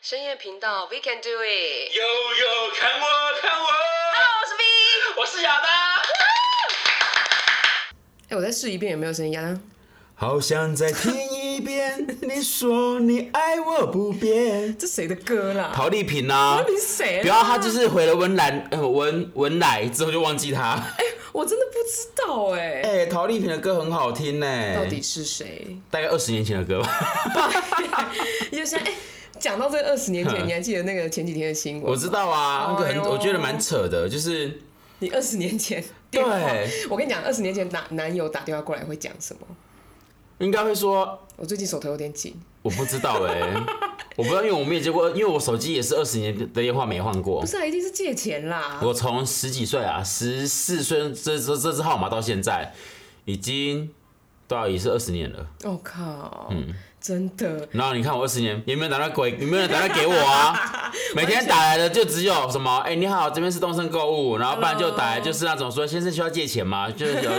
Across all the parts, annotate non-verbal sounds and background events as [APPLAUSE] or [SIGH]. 深夜频道，We can do it。悠悠，看我，看我， Hello，我是 V。我是亚当。哎，我再试一遍有没有声音啊？好想再听一遍，你说你爱我不变。这谁的歌啦？ [LAUGHS] 陶丽萍啊，你谁啦？不要，他就是回了文兰，呃，文文莱之后就忘记他。我真的不知道哎、 [LAUGHS] 哎、陶丽萍的歌很好听呢、到底是谁？大概二十年前的歌 [LAUGHS] 吧。就像哎，讲到这二十年 [LAUGHS] 前，哼你还记得那个前几天的新我闻？知道啊，那个哎很，呦我觉得蛮扯的，就是你二十年前对电话，我跟你讲，二十年前打男友打电话过来会讲什么？应该会说我最近手头有点紧，我不知道哎、 [LAUGHS] 我不知道，因为我没有接过，因为我手机也是二十年的电话没换过不。是啊，一定是借钱啦。我从十几岁啊，十四岁这这这支号码到现在，已经对啊，也是二十年了。我、哦靠，嗯真的，然后你看我二十年也没有打算给，也没有人打算给 [LAUGHS] 我啊。每天打来的就只有什么，哎、你好，这边是东升购物，然后不然就打来就是那种说先生需要借钱 [LAUGHS] 吗？就是有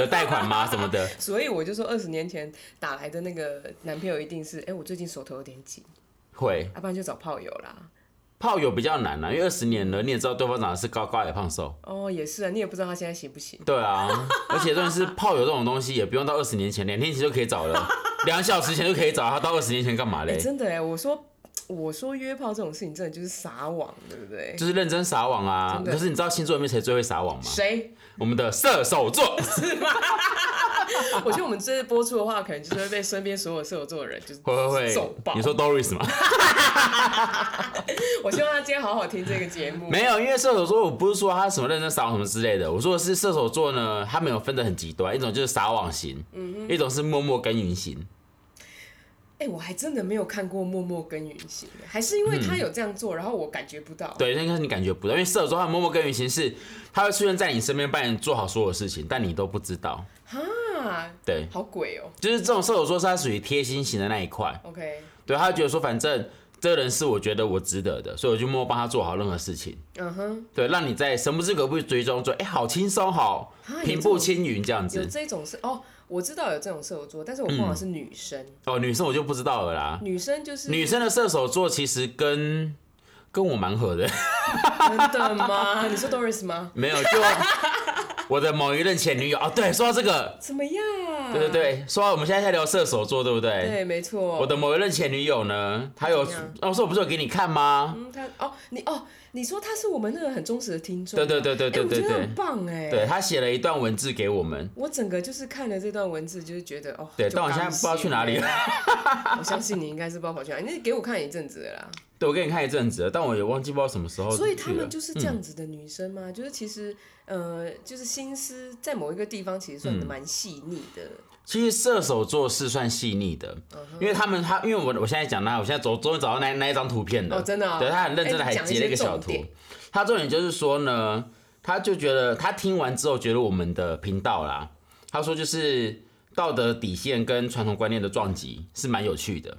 有贷款吗什么的。所以我就说二十年前打来的那个男朋友一定是，哎、我最近手头有点紧，会要、不然就找炮友啦。炮友比较难啊，因为二十年了，你也知道对方长得是高高矮胖瘦。哦，也是啊，你也不知道他现在行不行。对 [LAUGHS] 啊，而且真的是炮友这种东西，也不用到二十年前，两天前就可以 [LAUGHS] 找了，两小时前就可以找，他到二十年前干嘛嘞？真的哎，我说我说约炮这种事情，真的就是撒网，对不对？就是认真撒网啊！真的可是你知道星座里面谁最会撒网吗？谁？我们的射手座。 [LAUGHS] 我觉得我们这次播出的话，可能就是会被身边所有射手座的人就是会会揍会爆。，你说 Doris 吗？我希望他今天好好听这个节目。没有，因为射手座我不是说他什么认真撒网什么之类的，我说的是射手座呢，他没有分得很极端，一种就是撒网型，嗯一种是默默耕耘型。哎、我还真的没有看过《默默耕耘型》，还是因为他有这样做，然后我感觉不到。嗯对，那个是你感觉不到，因为射手座他默默耕耘型是，他会出现在你身边，帮你做好所有事情，但你都不知道。啊，对，好鬼哦、就是这种射手座是他属于贴心型的那一块， OK，对他觉得说反正这个人是我觉得我值得的，所以我就默默帮他做好任何事情，嗯哼。对，让你在神不知鬼不觉中说，哎、好轻松，好啊有平这步种青云这样有子。这种是哦，我知道有这种射手座，但是嗯我通常是女生，哦，女生我就不知道了啦。女生就是女生的射手座其实跟跟我蛮合的， [LAUGHS] 真的吗？你说 Doris 吗？没有就我的某一任前女友哦，对，说到这个，怎么样？对对对，说到我们现在在聊射手座，对不对？嗯对，没错。我的某一任前女友呢，她有怎样，哦，我说我不是有给你看吗？嗯，他哦，你哦，你说他是我们那个很忠实的听众，对对对对哎对我对觉得对很，棒哎。对，他写了一段文字给我们，我整个就是看了这段文字，就是觉得哦，对，就但我现在刚不知道去哪里醒了。 [LAUGHS] 我相信你应该是不知道跑去哪里，你给我看一阵子了啦。对，我给你看一阵子了，但我也忘记不知道什么时候哦去了。嗯所以他们就是这样子的女生吗？就是其实呃，就是心思在某一个地方其实算得蛮细腻的。其实射手座是算细腻的，嗯因为他们他因为我我现在讲他，我现在终终于找到那那一张图片了，哦真的哦对他很认真的哎还你讲一截了一个些小重图点。他重点就是说呢，他就觉得他听完之后觉得我们的频道啦，他说就是道德底线跟传统观念的撞击是蛮有趣的。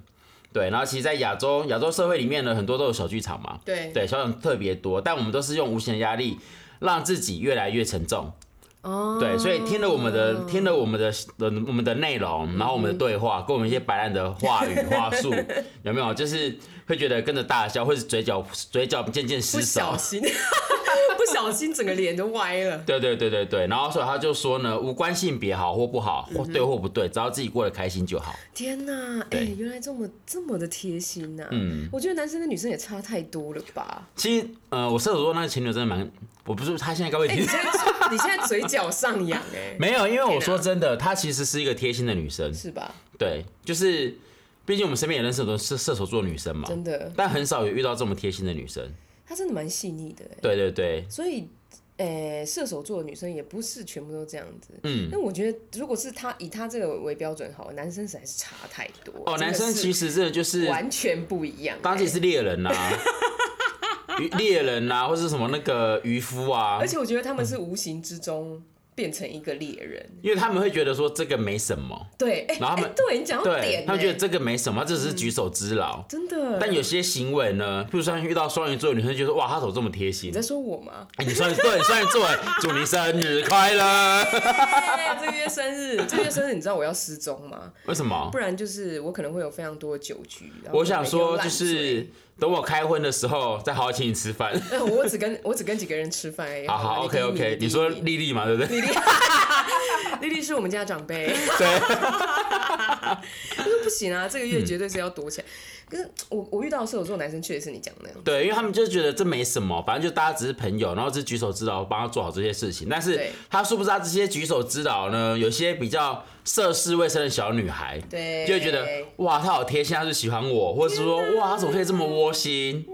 对，然后其实，在亚洲亚洲社会里面呢，很多都有小剧场嘛，对对，小剧场特别多，但我们都是用无形的压力让自己越来越沉重，哦，对，所以听了我们的听了我们的呃我们的内容，然后我们的对话，跟我们一些白烂的 [LAUGHS] 话语话术，有没有？就是会觉得跟着大笑，或是嘴角嘴角渐 [LAUGHS] 渐不失手小。心，不小心整个脸都歪了。对对对对对，然后所以他就说呢，无关性别好或不好，嗯或对或不对，只要自己过得开心就好。天呐，哎、对原来这么这么的贴心呐、嗯，我觉得男生跟女生也差太多了吧？其实呃，我射手座那个前女友真的蛮，我不是他现在该不会哎、听你现在你现在嘴 [LAUGHS] 角上扬哎、 [LAUGHS] 没有，因为我天说哪真的，她其实是一个贴心的 [LAUGHS] 女生，是吧？对，就是毕竟我们身边也认识很多射射手座女生嘛，真的，但很少有遇到这么贴心的女生。他真的蛮细腻的哎、对对对，所以。诶、射手座的女生也不是全部都这样子。嗯，但我觉得如果是他以他这个为标准好了，男生实在是差太多。哦，真的男生是其实真的就是完全不一样、当自己哎是猎人 [LAUGHS] 呐、渔猎人啊呐、或是什么那个渔夫啊而，且我觉得他们是无形之中变成一个猎人。因为他们会觉得说这个没什么，对，哎、然后他们哎对你讲到点、对哎他们觉得这个没什么，这只是举手之劳。真的。但有些行为呢，比如说遇到双鱼座的女生，就说哇，她怎么这么贴心你在？说我吗？哎，你双鱼对双鱼座，祝你生日快乐！ [LAUGHS] 哎这个月生日， [LAUGHS] 这个月生日，你知道我要失踪吗？为什么不？然就是我可能会有非常多的酒局。然后我想每天都说，烂就醉是等我开荤的时候再好好请你吃饭。那 [LAUGHS] 我只跟我只跟几个人吃饭而已。啊好好，OK OK，你说丽丽丽嘛，对不对？丽，丽丽是我们家长辈。 [LAUGHS] 对，嗯他说 [LAUGHS] 不行啊，这个月绝对是要躲起来。可是我我遇到的射手座男生确实是你讲的那样，对，因为他们就觉得这没什么，反正就大家只是朋友，然后只是举手之劳，帮他做好这些事情。但是对他殊不知他这些举手之劳呢，有些比较涉世未深的小女孩，对就会觉得哇，他好贴心，他是喜欢我，或者是说哇，他怎么可以这么窝心？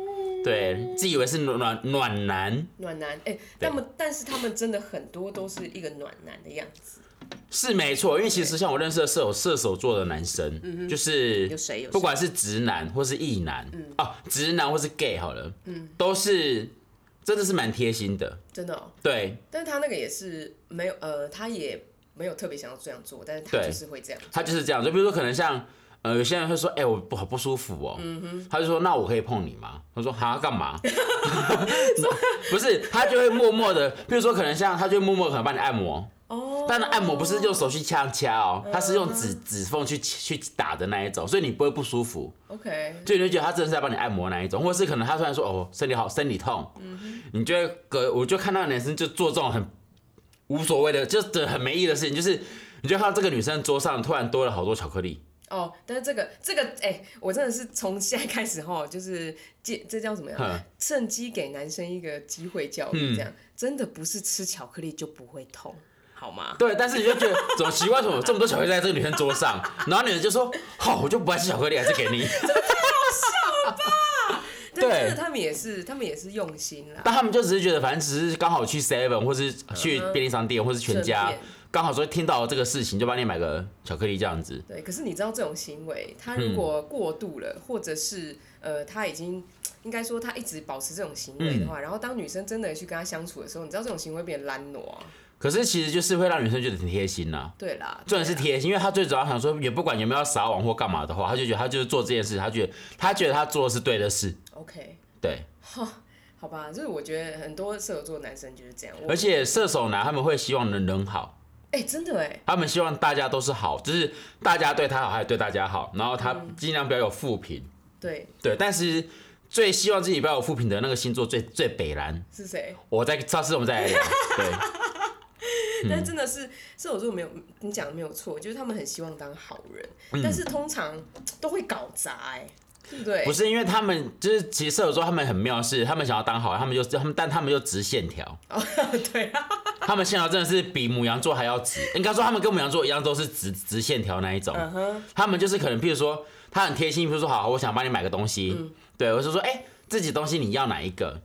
对，自以为是暖暖暖男，暖男哎，那么但是他们真的很多都是一个暖男的样子。是没错，因为其实像我认识的射手射手座的男生，就是嗯有谁有谁嗯不管是直男或是异男，哦、直男或是 gay 好了，都是真的是蛮贴心的，真的、哦，对但是他那个也是没有，呃，他也没有特别想要这样做，但是他对就是会这样。他就是这样，就比如说可能像。呃，有些人会说，哎、我不好不舒服哦、他就说，那我可以碰你吗？他说，哈，干嘛？ [LAUGHS] 不是，他就会默默的，比如说可能像，他就会默默地可能帮你按摩，哦，但按摩不是用手去掐掐哦，他是用指指缝去去打的那一种，所以你不会不舒服。 OK，就你就觉得他真的是在帮你按摩那一种，或者是可能他突然说哦身体好身体痛，你就会隔我就看到男生就做这种很无所谓的，就是很没意义的事情，就是你就看到这个女生桌上突然多了好多巧克力，哦，但是这个这个，哎、我真的是从现在开始哈，就是借这叫什么哼嗯呀？趁机给男生一个机会教育，这样、真的不是吃巧克力就不会痛，好吗？对，但是你就觉得怎么奇怪，怎么有这么多巧克力在这个女生桌上，然后女人就说好、我就不爱吃巧克力，还是给 [LAUGHS] 你，但对真的他们也是，他们也是用心啦。但他们就只是觉得反正只是刚好去 Seven 或是去便利商店或是全嗯顺家便，刚好说听到这个事情就帮你买个巧克力这样子，对，可是你知道这种行为，他嗯如果过度了，或者是呃，他已经应该说他一直保持这种行嗯为的话，然后当女生真的去跟他相处的时候，你知道这种行为变懒惰啊、可是其实就是会让女生觉得挺贴心呐、对啦，重点是贴心，因为他最主要想说，也不管有没有要撒网或干嘛的话，他就觉得他就是做这件事，他觉得他觉得他做的是对的事， OK，对。好吧，就是我觉得很多射手座男生就是这样，我而且射手男他们会希望人人好，哎、真的哎、他们希望大家都是好，就是大家对他好，还有对大家好，然后他尽量不要有负评，对，对。但是最希望自己不要有负评的那个星座最最北蓝，是谁？我在上次我们再来聊，对，嗯但真的是射手座没有，你讲的没有错，就是他们很希望当好人，嗯但是通常都会搞砸哎、对不对？ [LAUGHS] 不是因为他们就是其实射手座他们很妙是，他们想要当好人，他们就他们但他们就直线条。对啊，他们线条真的是比母羊座还要直，应该说他们跟母羊座一样都是直直线条那一种。嗯他们就是可能，譬如说他很贴心，譬如说好，我想帮你买个东西，嗯对我就说哎、自己东西你要哪一个？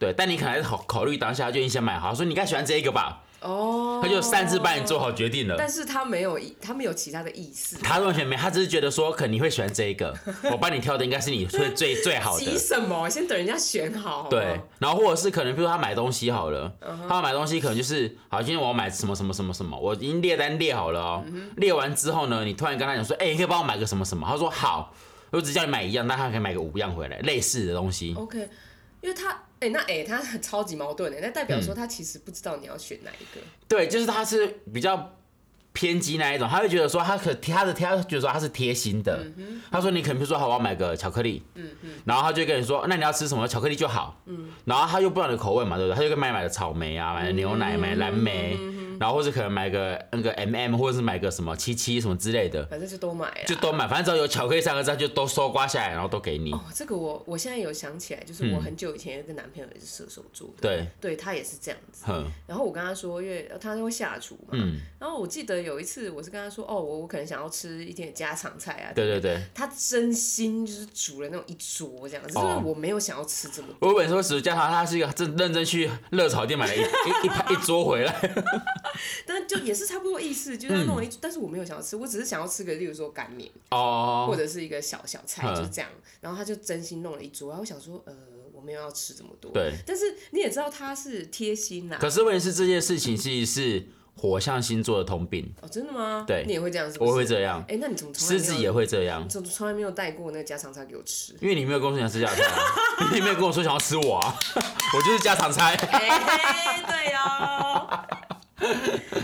对，但你可能还是考考虑当下就已经先买好，他说你应该喜欢这一个吧，哦， [LAUGHS] 他就擅自帮你做好决定了。但是他没有，他没有其他的意思，他完全没，他只是觉得说，可能你会喜欢这一个，我帮你挑的应该是你最最最好的。急什么？先等人家选好好嗯不好对，然后或者是可能，比如说他买东西好了，他买东西可能就是，好，今天我要买什么什么什么什么，我已经列单列好了哦。列完之后呢，你突然跟他讲说，哎，你可以帮我买个什么什么，他说好，我只叫你买一样，那他可以买个五样回来，类似的东西。 ，OK，因为他，哎、那哎、他很超级矛盾的，那代表嗯说他其实不知道你要选哪一个，对，就是他是比较偏激那一种，他会觉得说他可他的他觉得说他是贴心的，他说你可能比如说好，我要买个巧克力，然后他就跟你说，那你要吃什么巧克力就好，然后他又不知道你的口味嘛，对不对？他就跟买买了草莓啊，买了牛奶，买了蓝莓，然后或者可能买个那个 M、m 或者是买个什么七七什么之类的，反正就都买了，就都买，反正只要有巧克力三个字，他就都搜刮下来，然后都给你。哦，这个我我现在有想起来，就是我很久以前有一个男朋友也是射手座的，嗯对，对他也是这样子。哼，然后我跟他说，因为呃他会下厨嘛，嗯然后我记得有一次我是跟他说，哦，我我可能想要吃一点家常菜啊，对对对。他真心就是煮了那种一桌这样，只是哦我没有想要吃这么多。我本说实加上他是一个真认真去热炒店买了一一一盘一桌回来，但就也是差不多意思，嗯就是他弄了一，但是我没有想要吃，我只是想要吃个，例如说干面哦，或者是一个小小菜，嗯就是这样。然后他就真心弄了一桌，然后我想说，呃，我没有要吃这么多。对，但是你也知道他是贴心啦。可是问题是这件事情其实是火象星座的通病，哦，真的吗？对你也会这样是不是？我会。这样，哎、那你怎么从来狮没有子也会这样你，怎么从来没有带过那个家常菜给我吃？因为你没有跟我说想吃家常菜 [LAUGHS] 啊，你也没有跟我说想要吃我啊， [LAUGHS] 我就是家常菜。哎、对 [LAUGHS] 哦。嗯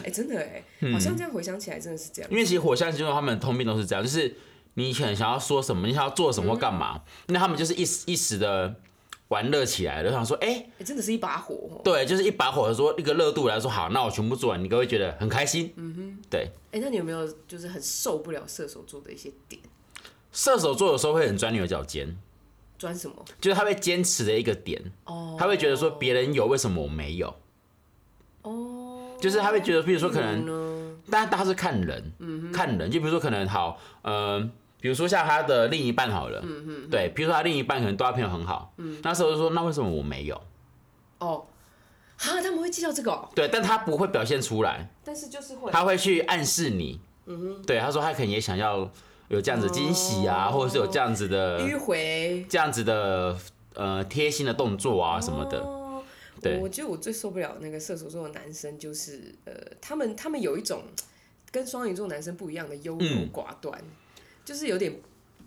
哎、真的哎、好像这样回想起来真的是这样。因为其实火象星座他们的通病都是这样，就是你想想要说什么，你想要做什么或干嘛，嗯那他们就是一时一时的玩乐起来了，想说，哎、欸真的是一把火哦。对，就是一把火，说一个热度来说，好，那我全部做完，你各位觉得很开心。嗯哼，对，哎、那你有没有就是很受不了射手座的一些点？射手座有时候会很钻牛角尖，钻什么？就是他会坚持的一个点，哦，他会觉得说别人有，为什么我没有？哦，就是他会觉得，比如说可能例呢，但他是看人，嗯看人，就比如说可能好，呃，比如说像他的另一半好嗯了，对，比如说他另一半可能对他朋友很好，那时候就说那为什么我没有？哦，哈，他们会计较这个、哦，对，但他不会表现出来，但是就是会，他会去暗示你，嗯对，他说他可能也想要有这样子惊喜啊，哦或者是有这样子的迂回这样子的呃贴心的动作啊什么的，哦对我觉得我最受不了那个射手座的男生，就是呃，他们他们有一种跟双鱼座男生不一样的优柔嗯寡断，就是有点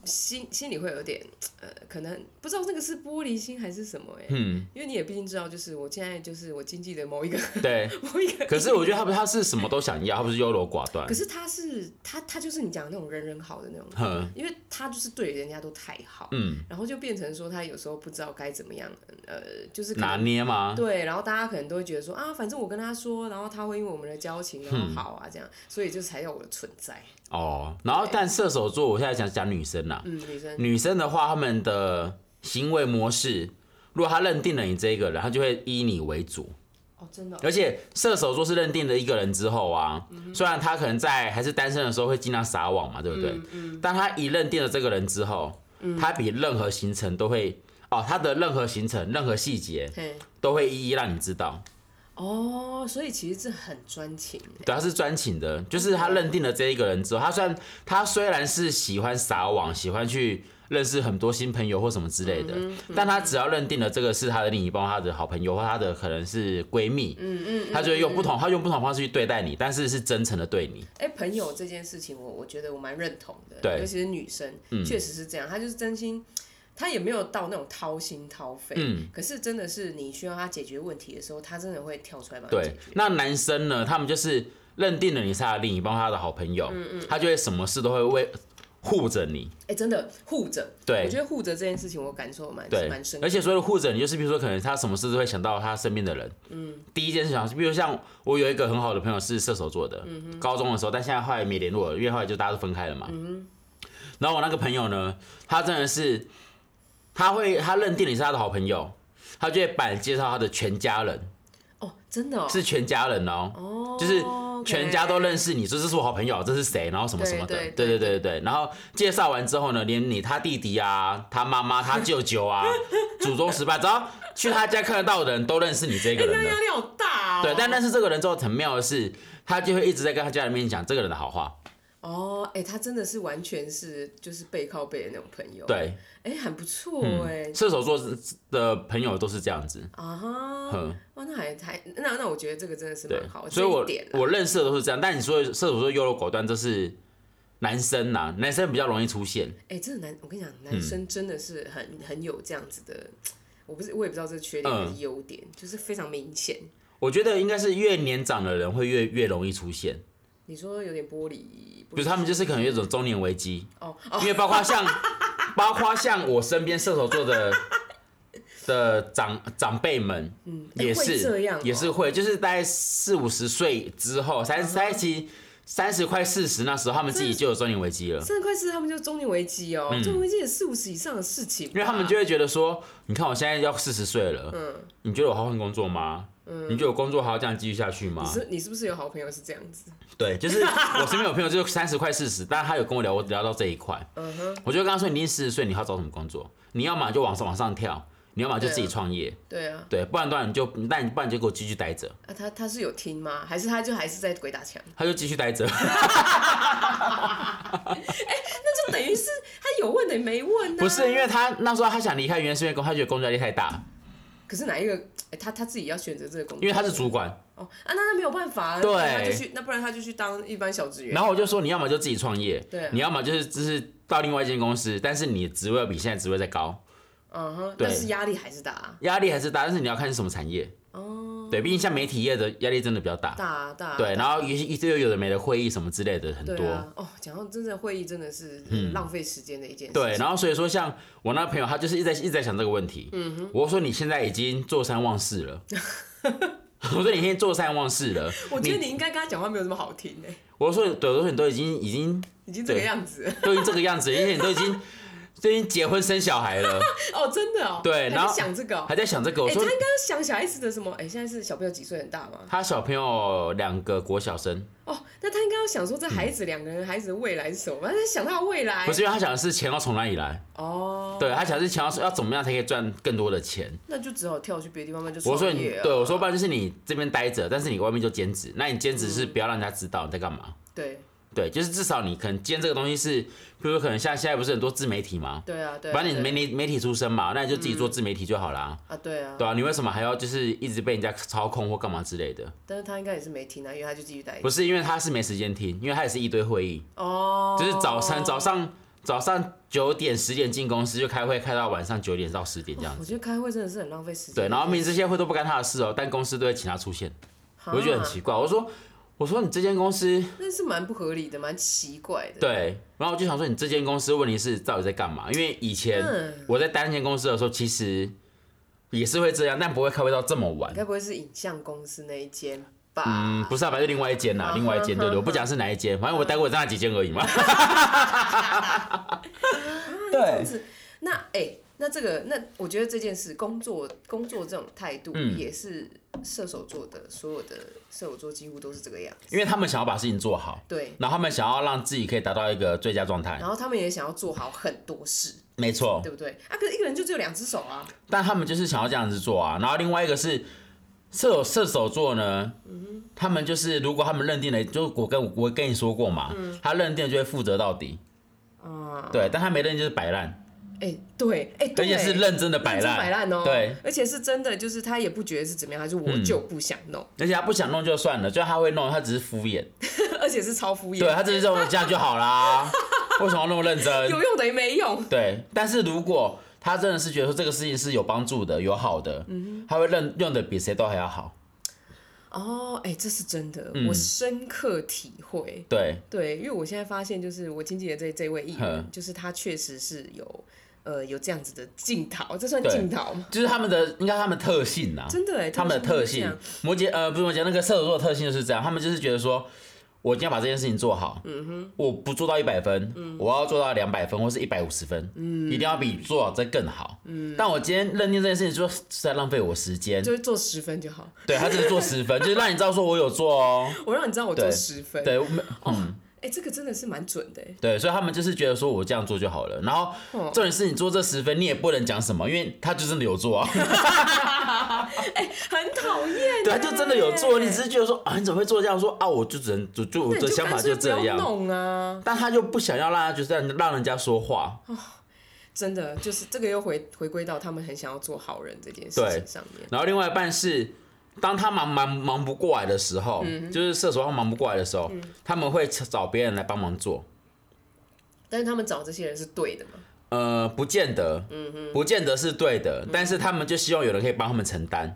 心心里会有点呃，可能不知道那个是玻璃心还是什么哎、嗯，因为你也毕竟知道，就是我现在就是我经济的某一个 [LAUGHS] 对。某一个，可是我觉得他不他是什么都想要，他不是优柔寡断可，是他是他他就是你讲的那种人人好的那种人，哼，因为他就是对人家都太好，嗯，然后就变成说他有时候不知道该怎么样，呃，就是可能拿捏吗？对，然后大家可能都会觉得说啊，反正我跟他说，然后他会因为我们的交情然后嗯好啊这样，所以就才有我的存在。哦，然后但射手座，我现在讲讲女生啦，嗯，女生女生的话，她们的行为模式，如果她认定了你这一个人，她就会依你为主。哦，真的哦、而且射手座是认定了一个人之后啊，虽然他可能在还是单身的时候会尽量撒网嘛，对不对？但他一认定了这个人之后，他比任何行程都会哦，他的任何行程、任何细节嘿，都会一一让你知道。哦，所以其实这很专情欸对，他是专情的，就是他认定了这一个人之后，他虽然他虽然是喜欢撒网，喜欢去认识很多新朋友或什么之类的，但他只要认定了这个是他的另一半、他的好朋友或他的可能是闺蜜，嗯嗯，他就会用不同，他用不同方式去对待你，但是是真诚的对你，哎、朋友这件事情我，我觉得我蛮认同的，对嗯尤其是女生，确、实是这样，她就是真心，她也没有到那种掏心掏肺，嗯，可是真的是你需要她解决问题的时候，她真的会跳出来帮你解对决。。那男生呢，他们就是认定了你是他的另一半、他的好朋友，嗯嗯，他就会什么事都会为护着你，哎、真的护着，对我觉得护着这件事情，我感受蛮对蛮深，刻而且所谓的护着你，就是比如说，可能他什么事都会想到他身边的人。嗯，第一件事想，比如像我有一个很好的朋友是射手座的，嗯高中的时候，但现在后来没联络了，因为后来就大家都分开了嘛。嗯然后我那个朋友呢，他真的是，他会他认定你是他的好朋友，他就会把你介绍他的全家人，哦，真的、哦、是全家人哦，就是全家都认识你，说这是我好朋友，这是谁，然后什么什么的，对对对对对对对对。然后介绍完之后呢，连你他弟弟啊、他妈妈、他舅 [LAUGHS] 舅啊、祖宗十八，只要去他家看得到的人都认识你这个人哎压 [LAUGHS] 了。力好大哦。对，但认识这个人之后，很妙的是，他就会一直在跟他家里面讲这个人的好话。哦，哎、他真的是完全是就是背靠背的那种朋友。，对，嗯哎、很不错哎、射手座的朋友都是这样子。啊哈，嗯，哇，那还还那那我觉得这个真的是对蛮好，，所以这我一点啊、我认识的都是这样。但你说射手座优柔寡断，这是男生呐、啊男生比较容易出现。哎、真的男，我跟你讲，男生真的是很、很有这样子的，我不是我也不知道这是缺点还是优点，就是非常明显。我觉得应该是越年长的人会越越容易出现，你说有点玻璃，比如他们就是可能有一种中年危机，哦因为包括像 [LAUGHS] 包括像我身边射手座的的长长辈们，嗯，哎也会是这样哦嗯也是会，就是大概四五十岁之后，三三十三十快四十那时候，他们自己就有中年危机了。真的快是他们就中年危机哦，中年危机也四五十以上的事情吧，嗯因为他们就会觉得说，你看我现在要四十岁了，啊嗯，你觉得我还要换工作吗？你觉得我工作还要这样继续下去吗？你是你是不是有好朋友是这样子？对，就是我身边有朋友就三十块四十，但他有跟我聊，我聊到这一块，嗯哼，我就跟他说，你已经四十岁，你要找什么工作？你要么就往上往上跳，你要么就自己创业，对啊，对，不然的话你就，那你不然你就给我继续待着，啊他他是有听吗？还是他就还是在鬼打墙？他就继 [LAUGHS] 续待着，那就等于是他有问等于没问、啊。不是因为他那时候他想离开原先工作，他觉得工作压力太大，可是哪一个、哎他他自己要选择这个工作？因为他是主管，哦啊，那他没有办法，那不对然他就去那不然他就去当一般小职员。然后我就说你要么就自己创业，对啊你要么就是就是到另外一间公司，但是你的职位要比现在职位再高，嗯哼，对但是压力还是大啊。压力还是大，但是你要看是什么产业，哦，对，毕竟像媒体业的压力真的比较大，大大对，大啊然后一一堆有的没的会议什么之类的很对多，嗯啊，哦，讲到真正会议真的是浪费时间的一件事情。对，然后所以说像我那朋友，他就是一直在一直在想这个问题。嗯哼，我说你现在已经坐三望 [LAUGHS] 四了，我说你现在坐三望四了，我觉得你应该跟他讲话没有这么好听呢，欸我说对，我说你都已经已经已经这个对样子了都已经这个样子了，而且你都已经 [LAUGHS] 都已经结婚生小孩了，哦，真的哦，对还在然后想这个哦，还在想这个。我哎，他说应该要想小孩子的什么？哎，现在是小朋友几岁很大嘛？他小朋友两个国小生，哦，那他应该要想说这孩子两个人孩子的未来是什么？他在想他的未来嗯不是因为他想的是钱要从哪里来，哎哦，对他想的是钱要要怎么样才可以赚更多的钱。那就只好跳去别的地方，那就我说创你业啊对我说，不然就是你这边待着，但是你外面就兼职，那你兼职是不要让人家知道你在干嘛。对对，就是至少你可能今天这个东西是，比如说可能像现在不是很多自媒体嘛，对啊，对啊，反正对你嗯媒体媒体出身嘛，那你就自己做自媒体就好啦，啊，对啊，对啊，你为什么还要就是一直被人家操控或干嘛之类的？但是他应该也是没听啊，因为他就继续待不是因为他是没时间听，因为他也是一堆会议，哦，就是早上早上早上九点十点进公司就开会，开到晚上九点到十点这样我子。觉得开会真的是很浪费时间。对，然后明明这些会都不干他的事哦、但公司都会请他出现，哈我就觉得很奇怪。我说我说你这间公司那是蛮不合理的，蛮奇怪的。，对，然后我就想说，你这间公司问题是到底在干嘛？因为以前嗯我在单间公司的时候，其实也是会这样，但不会开会到这么 [LAUGHS] 晚。该不会是影像公司那一间吧？嗯，不是啊，反正另外一间啦，嗯另外一间，哼对对，哼我不讲是哪一间，反正我待过这样几间而 [LAUGHS] 已嘛。这对样，子，那哎、那这个，那我觉得这件事，工作工作这种态度，嗯也是射手座的，所有的射手座几乎都是这个样子。因为他们想要把事情做好，对，然后他们想要让自己可以达到一个最佳状态然，后他们也想要做好很多事，没错对。不对？啊，可是一个人就只有两只手啊。但他们就是想要这样子做啊。然后另外一个是射手射手座呢，他们就是如果他们认定了，就我跟我跟你说过嘛，嗯他认定了就会负责到底。啊、对，但他没认就是摆烂，哎、对，哎、嗯而对，且是认真的摆认真烂，摆烂哦。对，，而且是真的，就是他也不觉得是怎么样，他就我就不想弄，而且他不想弄就算了，就他会弄，他只是敷衍， [LAUGHS] 而且是超敷衍。嗯对他只是认为这样就好啦， [LAUGHS] 为什么要那么认真？有用等于没用。对，但是如果他真的是觉得说这个事情是有帮助的、有好的，嗯他会认用的比谁都还要好。哦，哎、这是真的，嗯我深刻体会。对，对，因为我现在发现，就是我经纪的这这位艺人哼，就是他确实是有呃有这样子的镜头，这算对镜头吗？就是他们的应该他们的特性啊呐、真的哎，他们的特就是性这样，摩羯呃不是摩羯，那个射手座的特性就是这样，他们就是觉得说，我一定要把这件事情做好，嗯哼，我不做到一百分，嗯我要做到两百分或是一百五十分，嗯，一定要比做好这更好，嗯，但我今天认定这件事情就是是在浪费我时间，就是做十分就好。对他只是做十分，就是让你知道说我有做哦，我让你知道我做对十分，对，我们嗯，哎、这个真的是蛮准的哎。对，所以他们就是觉得说我这样做就好了，然后哦重点是你做这十分，你也不能讲什么，因为他就真的有 [LAUGHS] 做啊，很讨厌。对，他啊就真的有做，你只欸是觉得说啊你怎么会做这样说啊，我就只能就就我那你的就想干法脆就不这要样。弄啊！但他就不想要让他就是让让人家说话，真的就是这个又回回归到他们很想要做好人这件事对情上面。然后另外一半是，当他忙忙忙不过来的时候，就是射手他忙不过来的时候，他们会找别人来帮忙做，但是他们找这些人是对的嘛？呃，不见得，不见得是对的，但是他们就希望有人可以帮他们承担，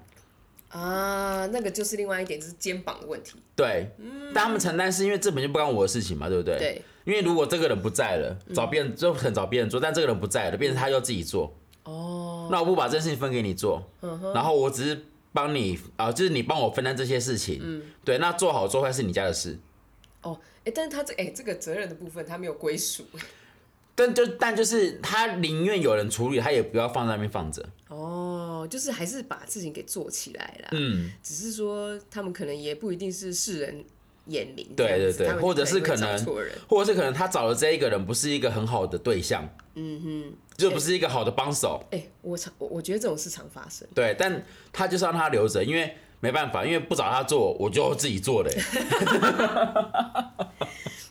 啊，那个就是另外一点，就是肩膀的问题。对，但他们承担是因为这本就不干我的事情嘛，对不对？，对，因为如果这个人不在了，找别人就很找别人做，但这个人不在了，变成他要自己做，哦，那我不把这件事情分给你做，然后我只是帮你啊、就是你帮我分担这些事情，对，那做好做坏是你家的事，哦，哎，但是他这哎这个责任的部分他没有归属。但就但就是他宁愿有人处理，他也不要放在那边放着，哦，就是还是把事情给做起来啦。嗯，只是说他们可能也不一定是世人眼明这对样子，对对他们或者是可会可能找错人。或者是可能他找的这一个人不是一个很好的对象，嗯哼，就不是一个好的帮手，哎，我常我我觉得这种事常发生。对，但他就是让他留着，因为没办法，因为不找他做，我就自己做了、 [LAUGHS]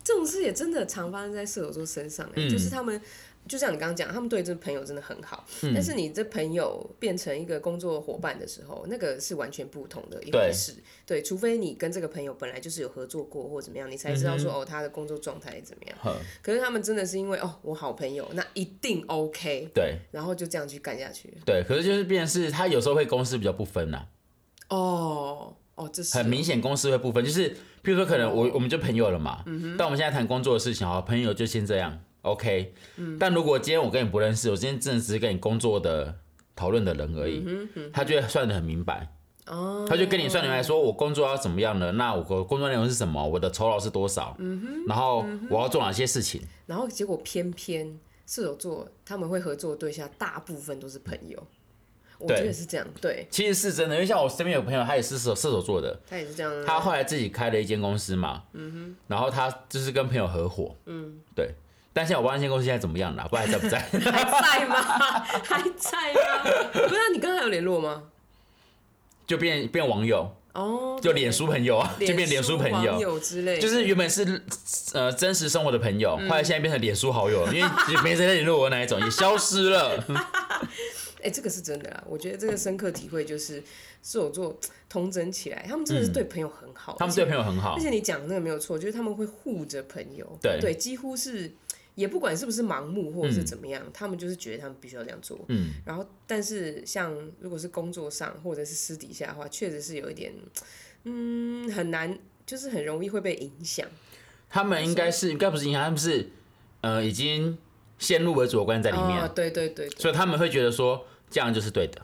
这种事也真的常发生在射手座身上、欸，就是嗯他们。就像你刚刚讲，他们对这朋友真的很好，但是你这朋友变成一个工作伙伴的时候，那个是完全不同的一回对事。对，除非你跟这个朋友本来就是有合作过或怎么样，你才知道说、嗯哦他的工作状态怎么样。哼可是他们真的是因为哦我好朋友，那一定 OK，对然后就这样去干下去。对，可是就是变成是他有时候会公司比较不分呐、啊哦哦，这是很明显公司会部分，就是譬如说可能我我们就朋友了嘛，嗯但我们现在谈工作的事情啊，朋友就先这样，OK。但嗯如果今天我跟你不认识，我今天真的只是跟你工作的讨论的人而嗯已，他就会算得很明白。哦，他就跟你算明白说，我工作要怎么样呢？那我的工作内容是什么？我的酬劳是多少？嗯然后我要做哪些事情？然后结果偏偏射手座他们会合作的对象大部分都是朋友，我对觉得是这样，对其实是真的，因为像我身边有朋友，他也是射手射手座的，他也是这样啊，他后来自己开了一间公司嘛，然后他就是跟朋友合伙，嗯，对。但现在我不知道那间公司现在怎么样了，不知道还在不在。 [LAUGHS] 还在吗？ [LAUGHS] 还在吗？不是啊，你跟他有联络吗？就变变网友，哦，就脸书朋友啊，对就变脸书朋网友，友之类的，就是原本是呃真实生活的朋友，后来现在变成脸书好友，因为也没谁在联络我那一种，也消失了。哎、这个是真的啦，我觉得这个深刻体会就是射手座同整起来，他们真的是对朋友很好，嗯他们对朋友很好而且而，且你讲的那个没有错，就是他们会护着朋友，对几乎是也不管是不是盲目或者是怎么样，他们就是觉得他们必须要这样做。嗯，然后但是像如果是工作上或者是私底下的话，确实是有一点，嗯，很难，就是很容易会被影响。他们应该是应该不是银行，他们是呃已经先入为主的观在里面哦，，对对对对所以他们会觉得说这样就是对的。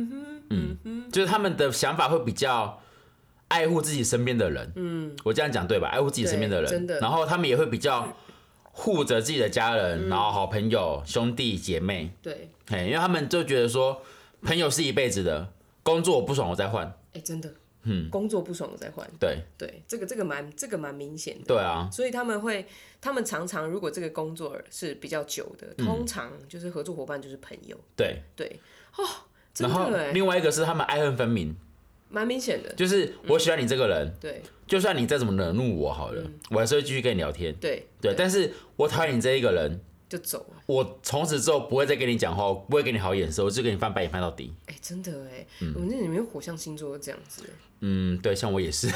嗯哼，嗯，就是他们的想法会比较爱护自己身边的人。嗯，我这样讲对吧？爱护自己身边的人，对真的然后他们也会比较护着自己的家嗯人，然后好朋友、兄弟姐妹，对，嘿，因为他们就觉得说朋友是一辈子的，工作我不爽我再换。哎、真的，嗯，工作不爽我再换，对，对，这个这个蛮这个蛮明显的。对啊，所以他们会，他们常常如果这个工作是比较久的，嗯通常就是合作伙伴就是朋友，对。对，哦，真然后的哎，另外一个是他们爱恨分明，蛮明显的，就是我喜欢你这个人，对就算你再怎么惹怒我好了，我还是会继续跟你聊天。嗯对对，但是我讨厌你这一个人，就走了，我从此之后不会再跟你讲话，我不会给你好眼色，我就跟你翻白眼翻到底。哎，真的哎，我们那里面火象星座都这样子欸，嗯，对，像我也 [LAUGHS] 是，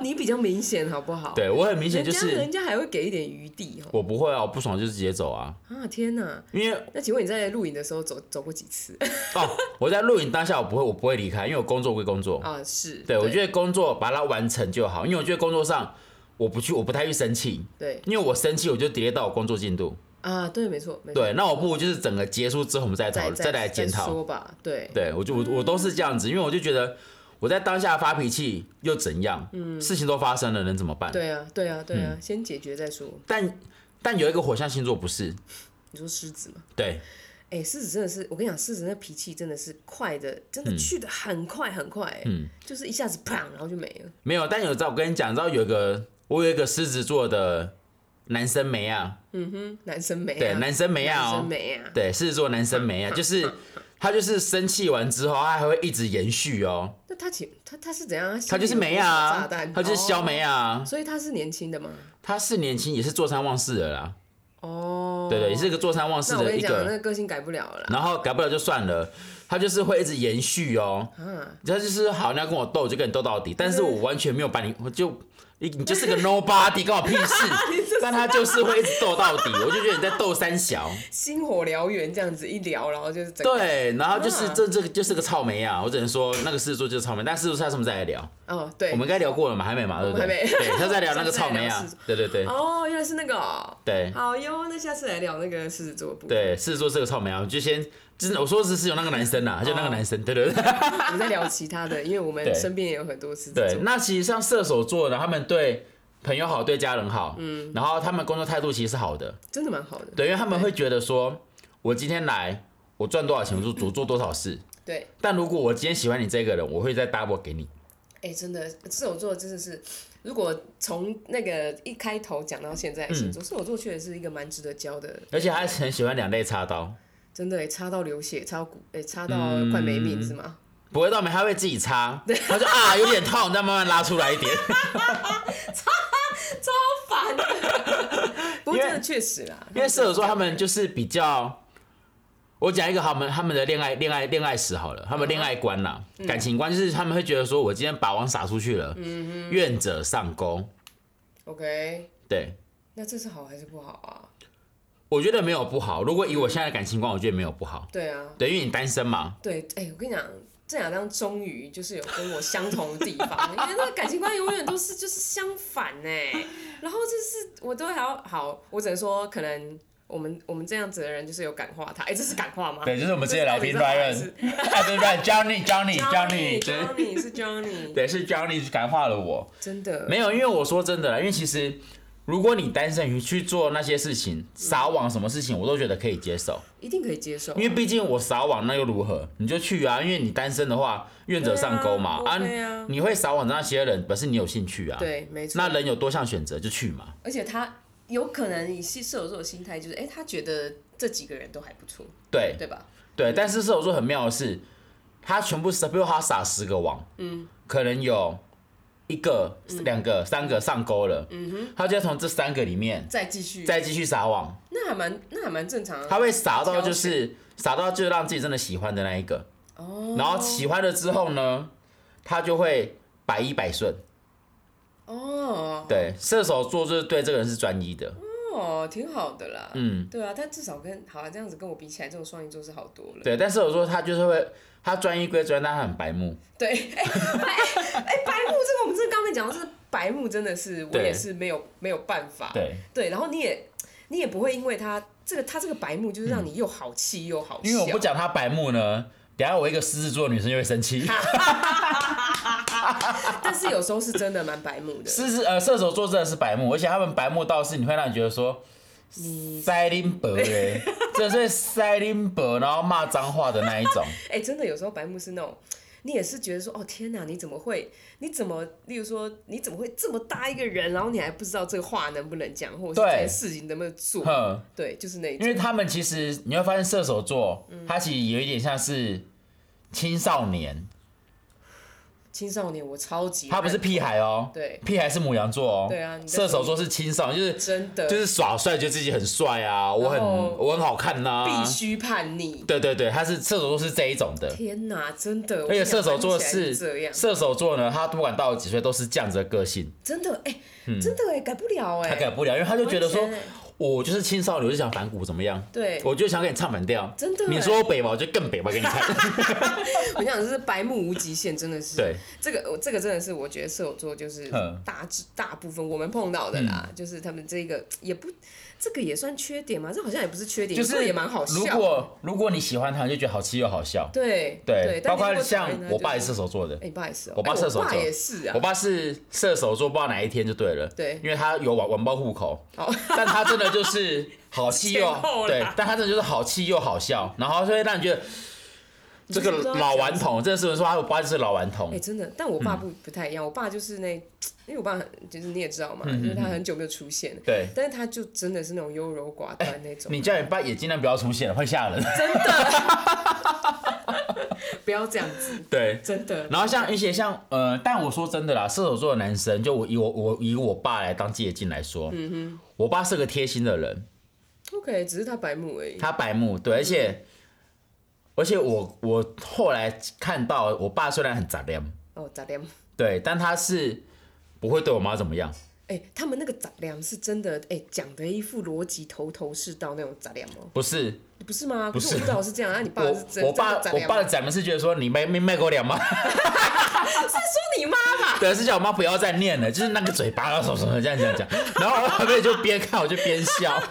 你比较明显好不好？，对我很明显人就家是人家还会给一点余地哦，我不会啊，我不爽就是直接走啊，啊天哪！因为那请问你在录影的时候走走过几次 [LAUGHS] 哦，我在录影当下我不会，我不会离开，因为我工作归工作，啊？是，对我得觉得工作把它完成就好，因为我觉得工作上我不去，我不太去生气，对因为我生气我就 delay 到我工作进度，啊，对，没错，没错，对，那我不如就是整个结束之后我们再讨再论，再来检讨，说吧，对，对我就我我都是这样子，因为我就觉得我在当下发脾气又怎样？事情都发生了，能怎么办？对啊，对啊，对嗯啊，先解决再说。但但有一个火象星座不是，你说狮子吗？对哎、狮子真的是，我跟你讲，狮子那脾气真的是快的，真嗯的去的很快很快、嗯，就是一下子砰，然后就没了。没有，但有在我跟你讲，你知道有一个我有一个狮子座的男生没啊，嗯男生没、啊，对，男生没啊男哦生，没啊，对，狮子座男 [LAUGHS] 生没啊，就是他就是生气完之后，他还会一直延续哦，那他请他他是怎样？他就是没心里有多少啊炸，弹，他就是消没啊哦，，所以他是年轻的嘛。他是年轻也是坐山忘事的啦，哦，对对，也是一个坐山忘事那我的跟一你讲，那个个，个性改不了了啦。然后改不了就算了，他就是会一直延续哦，啊，他就是好，你要跟我斗，我就跟你斗到底。但是我完全没有把你，我就你你就是个 nobody，关我屁 [LAUGHS] 事。但他就是会一直斗到底，我就觉得你在斗 [LAUGHS] 三小。星火燎原这样子一聊，然后就是整个对，然后就是啊这这个就是个草莓啊，我只能说那个狮子座就是草莓，但狮子座下次我们再来聊。哦，对，我们应该聊过了嘛？还没嘛？对不我们对？还没对，下次 [LAUGHS] 再聊那个草莓下啊次再。对对对哦，原来是那个、哦，对好哟，那下次来聊那个狮子座的部分。对，狮子座是个草莓啊，我就先，就是我说的是有那个男生呐，啊就那哦个男生，对对对。 [LAUGHS] 我们在聊其他的，因为我们对身边也有很多狮子对座，。那其实像射手座呢，他们对朋友好，对家人好，嗯，然后他们工作态度其实是好的，真的蛮好的。对，因为他们会觉得说，我今天来，我赚多少钱，我就做做多少事。对，但如果我今天喜欢你这个人，我会再 double 给你。哎、真的，射手座真的是，如果从那个一开头讲到现在的星座，嗯射手座确实是一个蛮值得交的，而且他很喜欢两肋插刀，真的、欸、插到流血，插到骨，哎、插到嗯快没命、是吗？不会到没，他会自己插。 [LAUGHS] 他说啊，有点痛，再慢慢拉出来一点。烦的， [LAUGHS] 不过因为真的确实啦，因为射手座他们就是比较，我讲一个他们他们的恋爱恋爱恋爱史好了，他们恋爱观啦，嗯感情观就是他们会觉得说，我今天把网撒出去了，嗯愿者上钩。 OK，对，那这是好还是不好啊？我觉得没有不好。如果以我现在的感情观，我觉得没有不好。对啊，对，因为你单身嘛，对，哎、我跟你讲，郑亚当终于就是有跟我相同的地方，因为那个感情观永远都是就是相反呢。然后就是我都还要好，我只能说可能我们我们这样子的人就是有感化他，哎、这是感化吗？对，就是我们之前来宾这到底是 [LAUGHS] Ryan，哎，不是 Ryan，Johnny Johnny Johnny，Johnny Johnny 是 Johnny，对，是 Johnny 感化了我。真的没有有，因为我说真的啦，因为其实如果你单身，你去做那些事情，撒网什么事情，我都觉得可以接受，一定可以接受啊，因为毕竟我撒网那又如何？你就去啊，因为你单身的话，愿者上钩嘛对啊对啊你会撒网的那些人，表示你有兴趣啊。，对没错，那人有多项选择就去嘛。而且他有可能以是射手座的心态就是，哎、他觉得这几个人都还不错，对对吧？对，但是射手座很妙的是，他全部撒，比如他撒十个网，嗯，可能有一个、嗯两个、三个上钩了，嗯哼，他就要从这三个里面再继续，再继续撒网。那还蛮那还蛮正常他啊。会傻到就是傻到就让自己真的喜欢的那一个，哦然后喜欢了之后呢，他就会百依百顺。哦对，射手座就是对这个人是专一的，哦，挺好的啦。嗯，对啊，但至少跟好啊这样子跟我比起来，这种双鱼座是好多了。对。但射手座他就是会，他专一归专，但他很白目。对， [LAUGHS] 哎、白哎、白目这个我们这刚才讲到，是白目真的是我对也是没有没有办法。对，对，然后你也你也不会因为他这个他这个白目，就是让你又好气又好笑。因为我不讲他白目呢，等下我一个狮子座的女生就会生 [LAUGHS] 气。但是有时候是真的蛮白目的。狮子呃射手座真的是白目，而且他们白目到是你会让你觉得说。塞林伯 [LAUGHS] 哎，这是塞林伯，然后骂脏话的那一种。 [LAUGHS] 哎、真的有时候白目是那种，你也是觉得说，哦天哪，你怎么会，你怎么，例如说，你怎么会这么大一个人，然后你还不知道这个话能不能讲，或者是这对件事情能不能做？哼，对，就是那一因种。为他们其实你会发现射手座，他其实有一点像是青少年，青少年我超级他不是爱屁孩哦，对屁孩是母羊座哦，对啊你在射手座是青少年，就是真的就是耍帅，觉得自己很帅啊，我很然后我很好看呐、必须叛逆。对对对，他是射手座是这一种的，天哪，真的！我而跟你且讲射手白座目起来是是这样，射手座呢，他不管到了几岁都是这样子的个性，真的哎、真的哎、改不了哎、嗯他改不了，因为他就觉得说完全欸我就是青少年，我就想反骨怎么样，对我就想给你唱反调，真的欸你说我北吧，我就更北吧 [LAUGHS] 给你看，我想就是白目无极限，真的是。对，这个我这个真的是我觉得射手座就是嗯大致大部分我们碰到的啦，嗯就是他们这个也不这个也算缺点嘛，这好像也不是缺点，就有时候是也蛮好笑如的。果如果你喜欢他，你就觉得好气又好笑，对对，但包括你如果讨像厌他我爸也是就射手座的哎，，你爸也是哦，我爸哎射手我爸座也是啊我，爸是射手座，不知道哪一天就对了。对因为他有网网报户口，哦 [LAUGHS] 但他真的就是好气 [LAUGHS] 又前后啦对，但他真的就是好气又好笑，然后就会让你觉得这你就是个不知道老顽童，真的是说他我爸就是老顽童哎，，真的，但我嗯爸不不太一样，我爸就是那，因为我爸很就是你也知道嘛，就是他很久没有出现了，嗯对。哎但是他就真的是那种优柔寡断那种，你叫你爸也尽量不要出现，会吓人。 [LAUGHS] [LAUGHS] 不要这样子，对，真的。然后像而且像呃，但我说真的啦，射手座的男生，就我以我我以我爸来当借镜来说，嗯哼，我爸是个贴心的人， OK，只是他白目而已。他白目，对，而嗯且、而且我我后来看到我爸虽然很杂念，哦，杂粮。对，但他是不会对我妈怎么样，哎、他们那个杂粮是真的，哎、讲的一副逻辑头头是道那种杂粮哦，不是不是吗？可是是我不知道是这样，啊那、你爸是真我我爸真的杂我粮吗爸的杂念是觉得说你卖没卖给我两吗？啊是说你妈吧？ [LAUGHS] 对，是叫我妈不要再念了，就是那个嘴巴然啊后什么什么这样这样讲，然后我妹就边看我就边笑，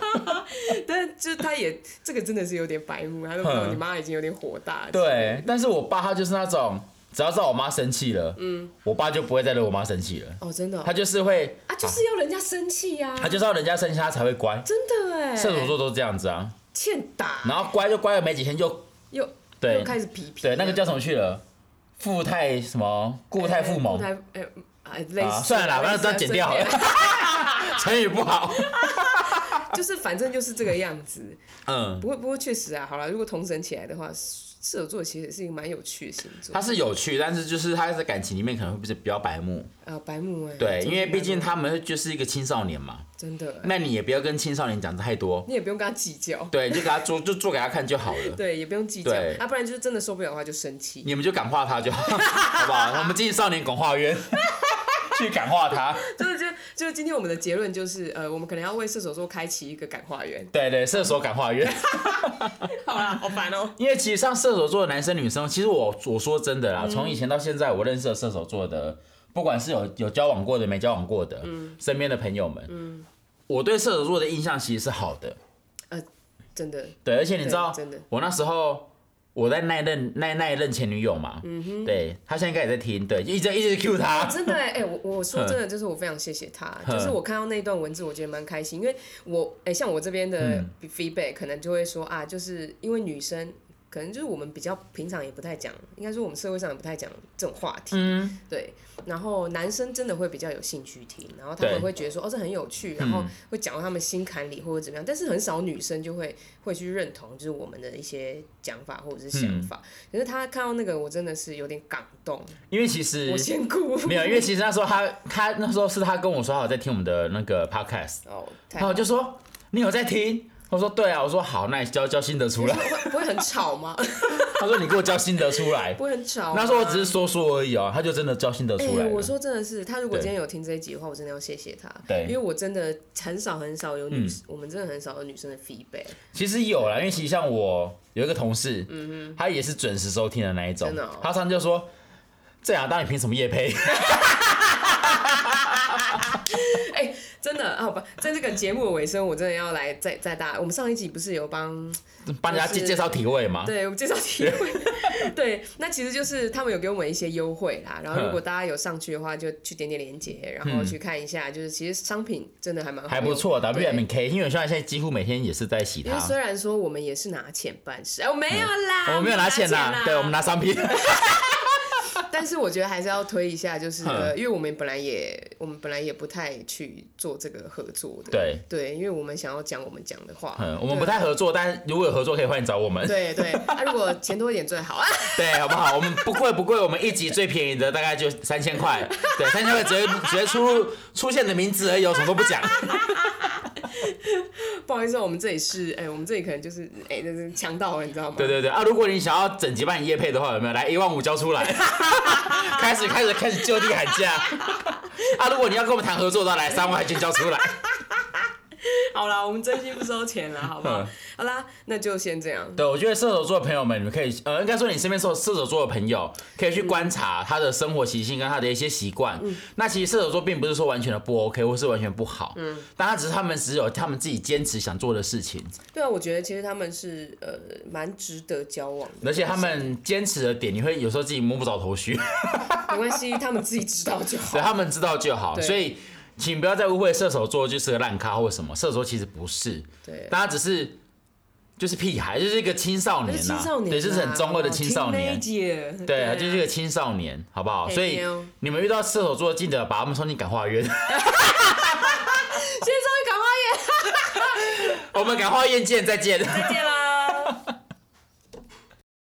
但就是他也这个真的是有点白目，他都不知道嗯你妈已经有点火大。，对，但是我爸他就是那种只要知道我妈生气了，嗯，我爸就不会再对我妈生气了，哦，真的哦、他就是会啊，就是要人家生气呀、他就是要人家生气他才会乖，真的哎，射手座都这样子啊，欠打，然后乖就乖了没几天就又对又开始皮皮，对那个叫什么去了，父太什么固态父母哎哎哎哎类似、啊，算了啦，反正都剪掉好了类似，成语不好。 [LAUGHS] 就是反正就是这个样子。 [LAUGHS] 嗯，不过不过确实啊，好了，如果同神起来的话，射手座其实是一个蛮有趣的星座他。是有趣，但是就是他在感情里面可能会比较白目，呃，白目哎、对，真的因为白毕竟目他们就是一个青少年嘛，真的欸、那你也不要跟青少年讲太多，你也不用跟他计较，对，你就给他做，就做给他看就好了。对，也不用计较对，啊，不然就是真的受不了的话就生气。你们就感 [LAUGHS] 化他就好，好不好？我们进少年感化院去感化他，真的就就是今天我们的结论就是，呃，我们可能要为射手座开启一个感化园。对对，射手感化缘。好啦，好烦哦、因为其实像射手座的男生女生，其实我我说真嗯的啦，从以前到现在，我认识的射手座的，不管是有有交往过的，没交往过的，嗯身边的朋友们，我对射手座的印象其实是好的。 [LAUGHS] 真的，对，而且你知道对真的，我那时候我在那一任那那一任前女友嘛，对她现在应该也在听，对，一直一直 Q 她， [LAUGHS] 真的哎、哎、嗯我我嗯说真的，就是我非常谢谢他，就是我看到那段文字，我觉得蛮开心，因为我哎、像我这边嗯的 feedback 可能就会说啊，就是因为女生。可能就是我们比较平常也不太讲，应该说我们社会上也不太讲这种话题，嗯，对。然后男生真的会比较有兴趣听，然后他对嗯们会觉得说哦这很有趣，然后会讲到他们心坎里或者怎么样，但是很少女生就会会去认同就是我们的一些讲法或者是想嗯法。可是他看到那个我真的是有点感动，因为其实我先哭。呃 [LAUGHS] 没有，因为其实那时候她她那时候是她跟我说她有在听我们的那个 podcast，哦，太然好后我就说你有在听。我说对啊，我说好，那你交交心得出来。会不会很吵吗？ [LAUGHS] 她说你给我交心得出来。不会很吵吗。那时候我只是说说而已哦，她就真的交心得哎、出来了。我说真的是，他如果对今天有听这一集的话，我真的要谢谢他，对因为我真的很少很少有女，嗯我们真的很少有女生的 feedback，其实有啦，因为其实像我有一个同事，他也是准时收听的那一种嗯真的哦，他常常就说：“这亚当，你凭什么 [LAUGHS] 夜配哎、真的，好吧，在这个节目的尾声，我真的要来再再大，我们上一集不是有帮帮人家介就是介绍体位吗？”对，我们介绍体会。对，那其实就是他们有给我们一些优惠啦。然后如果嗯大家有上去的话，就去点点链接，然后去看一下。就是其实商品真的还蛮好还不错用的，W M。K，因为我现在现在几乎每天也是在洗对因为它，虽然说我们也是拿钱办事，哎，我没有啦，我们没有拿钱啦，嗯哦对，我们拿商 [LAUGHS] 品，[LAUGHS] 但是我觉得还是要推一下，就是嗯呃，因为我们本来也我们本来也不太去做这个合作的，对对，因为我们想要讲我们讲的话，嗯，我们不太合作，但如果有合作可以欢迎找我们，对对。啊，如果钱多一点最好啊， [LAUGHS] 对，好不好？我们不贵不贵，我们一集最便宜的大概就三千块，对，三千块直接直接出入出现你的名字而已哦，有什么都不讲，不好意思，我们这里是哎、我们这里可能就是哎，那、是强盗了，你知道吗？对对对啊！如果你想要整集帮你夜配的话，有没有来一万五交出来？ [LAUGHS] 开始开始开始就地喊价啊！如果你要跟我们谈合作的话，来三万块钱交出来。好啦，我们真心不收钱了，好不好嗯？好啦，那就先这样。对，我觉得射手座的朋友们，你们可以呃，应该说你身边射射手座的朋友，可以嗯去观察他的生活习性跟他的一些习惯。那其实射手座并不是说完全的不 OK 或是完全不好，嗯，但他只是他们只有他们自己坚持想做的事情，对啊，我觉得其实他们是呃蛮值得交往的，而且他们坚持的点，你会有时候自己摸不着头绪。没关系，他们自己知道就好对。他们知道就好。对所以，请不要再误会射手座就是个烂咖或什么，射手座其实不是，对，大家只是就是屁孩，就是一个青少那年是呐、青少年啊，对，就是很中二的青少年。 Teenager，对，啊他就是一个青少年，好不好？嘿哦所以妞你们遇到射手座，记得把他们送进感化院。 [LAUGHS] 先终于感化我们感化院见，再见。也再见啦。